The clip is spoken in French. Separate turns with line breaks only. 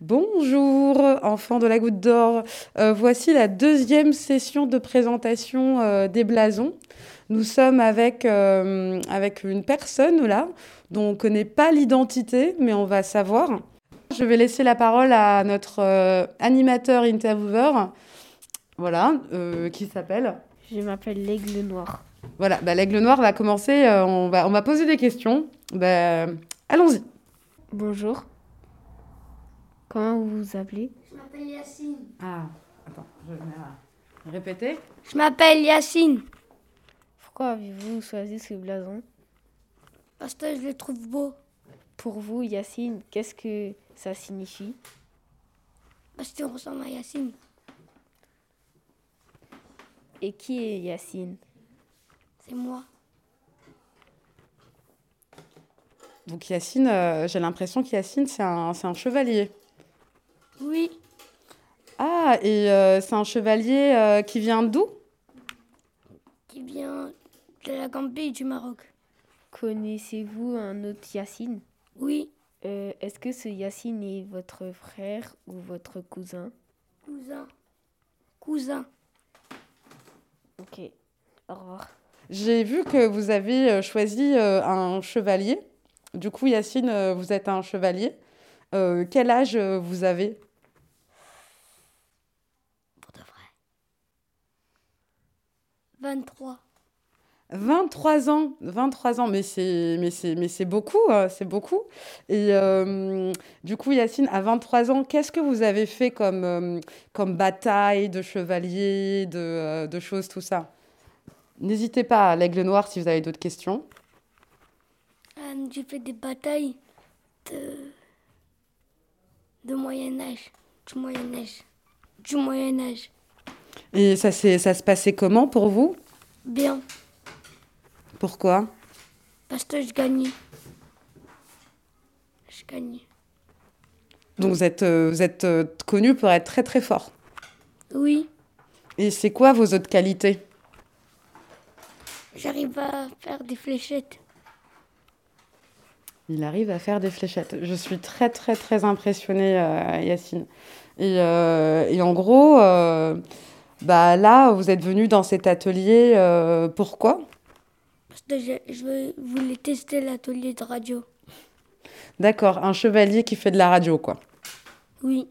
Bonjour, enfants de la goutte d'or. Euh, voici la deuxième session de présentation euh, des blasons. Nous sommes avec, euh, avec une personne là, dont on ne connaît pas l'identité, mais on va savoir. Je vais laisser la parole à notre euh, animateur intervieweur, voilà, euh, qui s'appelle.
Je m'appelle l'Aigle Noir.
Voilà, bah, l'Aigle Noir va commencer. euh, on, va, on va poser des questions. Bah, Allons-y.
Bonjour. Comment vous vous appelez
Je m'appelle Yacine.
Ah, attends, je vais répéter.
Je m'appelle Yacine.
Pourquoi avez-vous choisi ce blason
Parce que je le trouve beau.
Pour vous, Yacine, qu'est-ce que ça signifie
Parce qu'on ressemble à Yacine.
Et qui est Yacine
C'est moi.
Donc Yacine, euh, j'ai l'impression que Yacine, c'est un, c'est un chevalier.
Oui.
Ah, et euh, c'est un chevalier euh, qui vient d'où
Qui vient de la Gambie du Maroc.
Connaissez-vous un autre Yacine
Oui.
Euh, Est-ce que ce Yacine est votre frère ou votre cousin
Cousin. Cousin.
Ok, au revoir.
J'ai vu que vous avez euh, choisi euh, un chevalier. Du coup, Yacine, euh, vous êtes un chevalier. Euh, quel âge euh, vous avez
Pour de vrai. 23.
23 ans, 23 ans, mais c'est, mais c'est, mais c'est beaucoup, hein, c'est beaucoup. Et euh, du coup, Yacine, à 23 ans, qu'est-ce que vous avez fait comme, euh, comme bataille de chevalier, de, euh, de choses, tout ça N'hésitez pas à l'aigle noir si vous avez d'autres questions.
Euh, j'ai fait des batailles de. de Moyen-Âge. Du Moyen-Âge. Du Moyen-Âge.
Et ça, s'est- ça se passait comment pour vous
Bien.
Pourquoi
Parce que je gagnais. Je gagnais.
Donc vous êtes, euh, vous êtes euh, connu pour être très très fort.
Oui.
Et c'est quoi vos autres qualités
J'arrive à faire des fléchettes.
Il arrive à faire des fléchettes. Je suis très très très impressionnée, euh, Yacine. Et, euh, et en gros, euh, bah là, vous êtes venu dans cet atelier. euh, pourquoi
Parce que je, je veux- voulais tester l'atelier de radio.
D'accord, un chevalier qui fait de la radio, quoi.
Oui.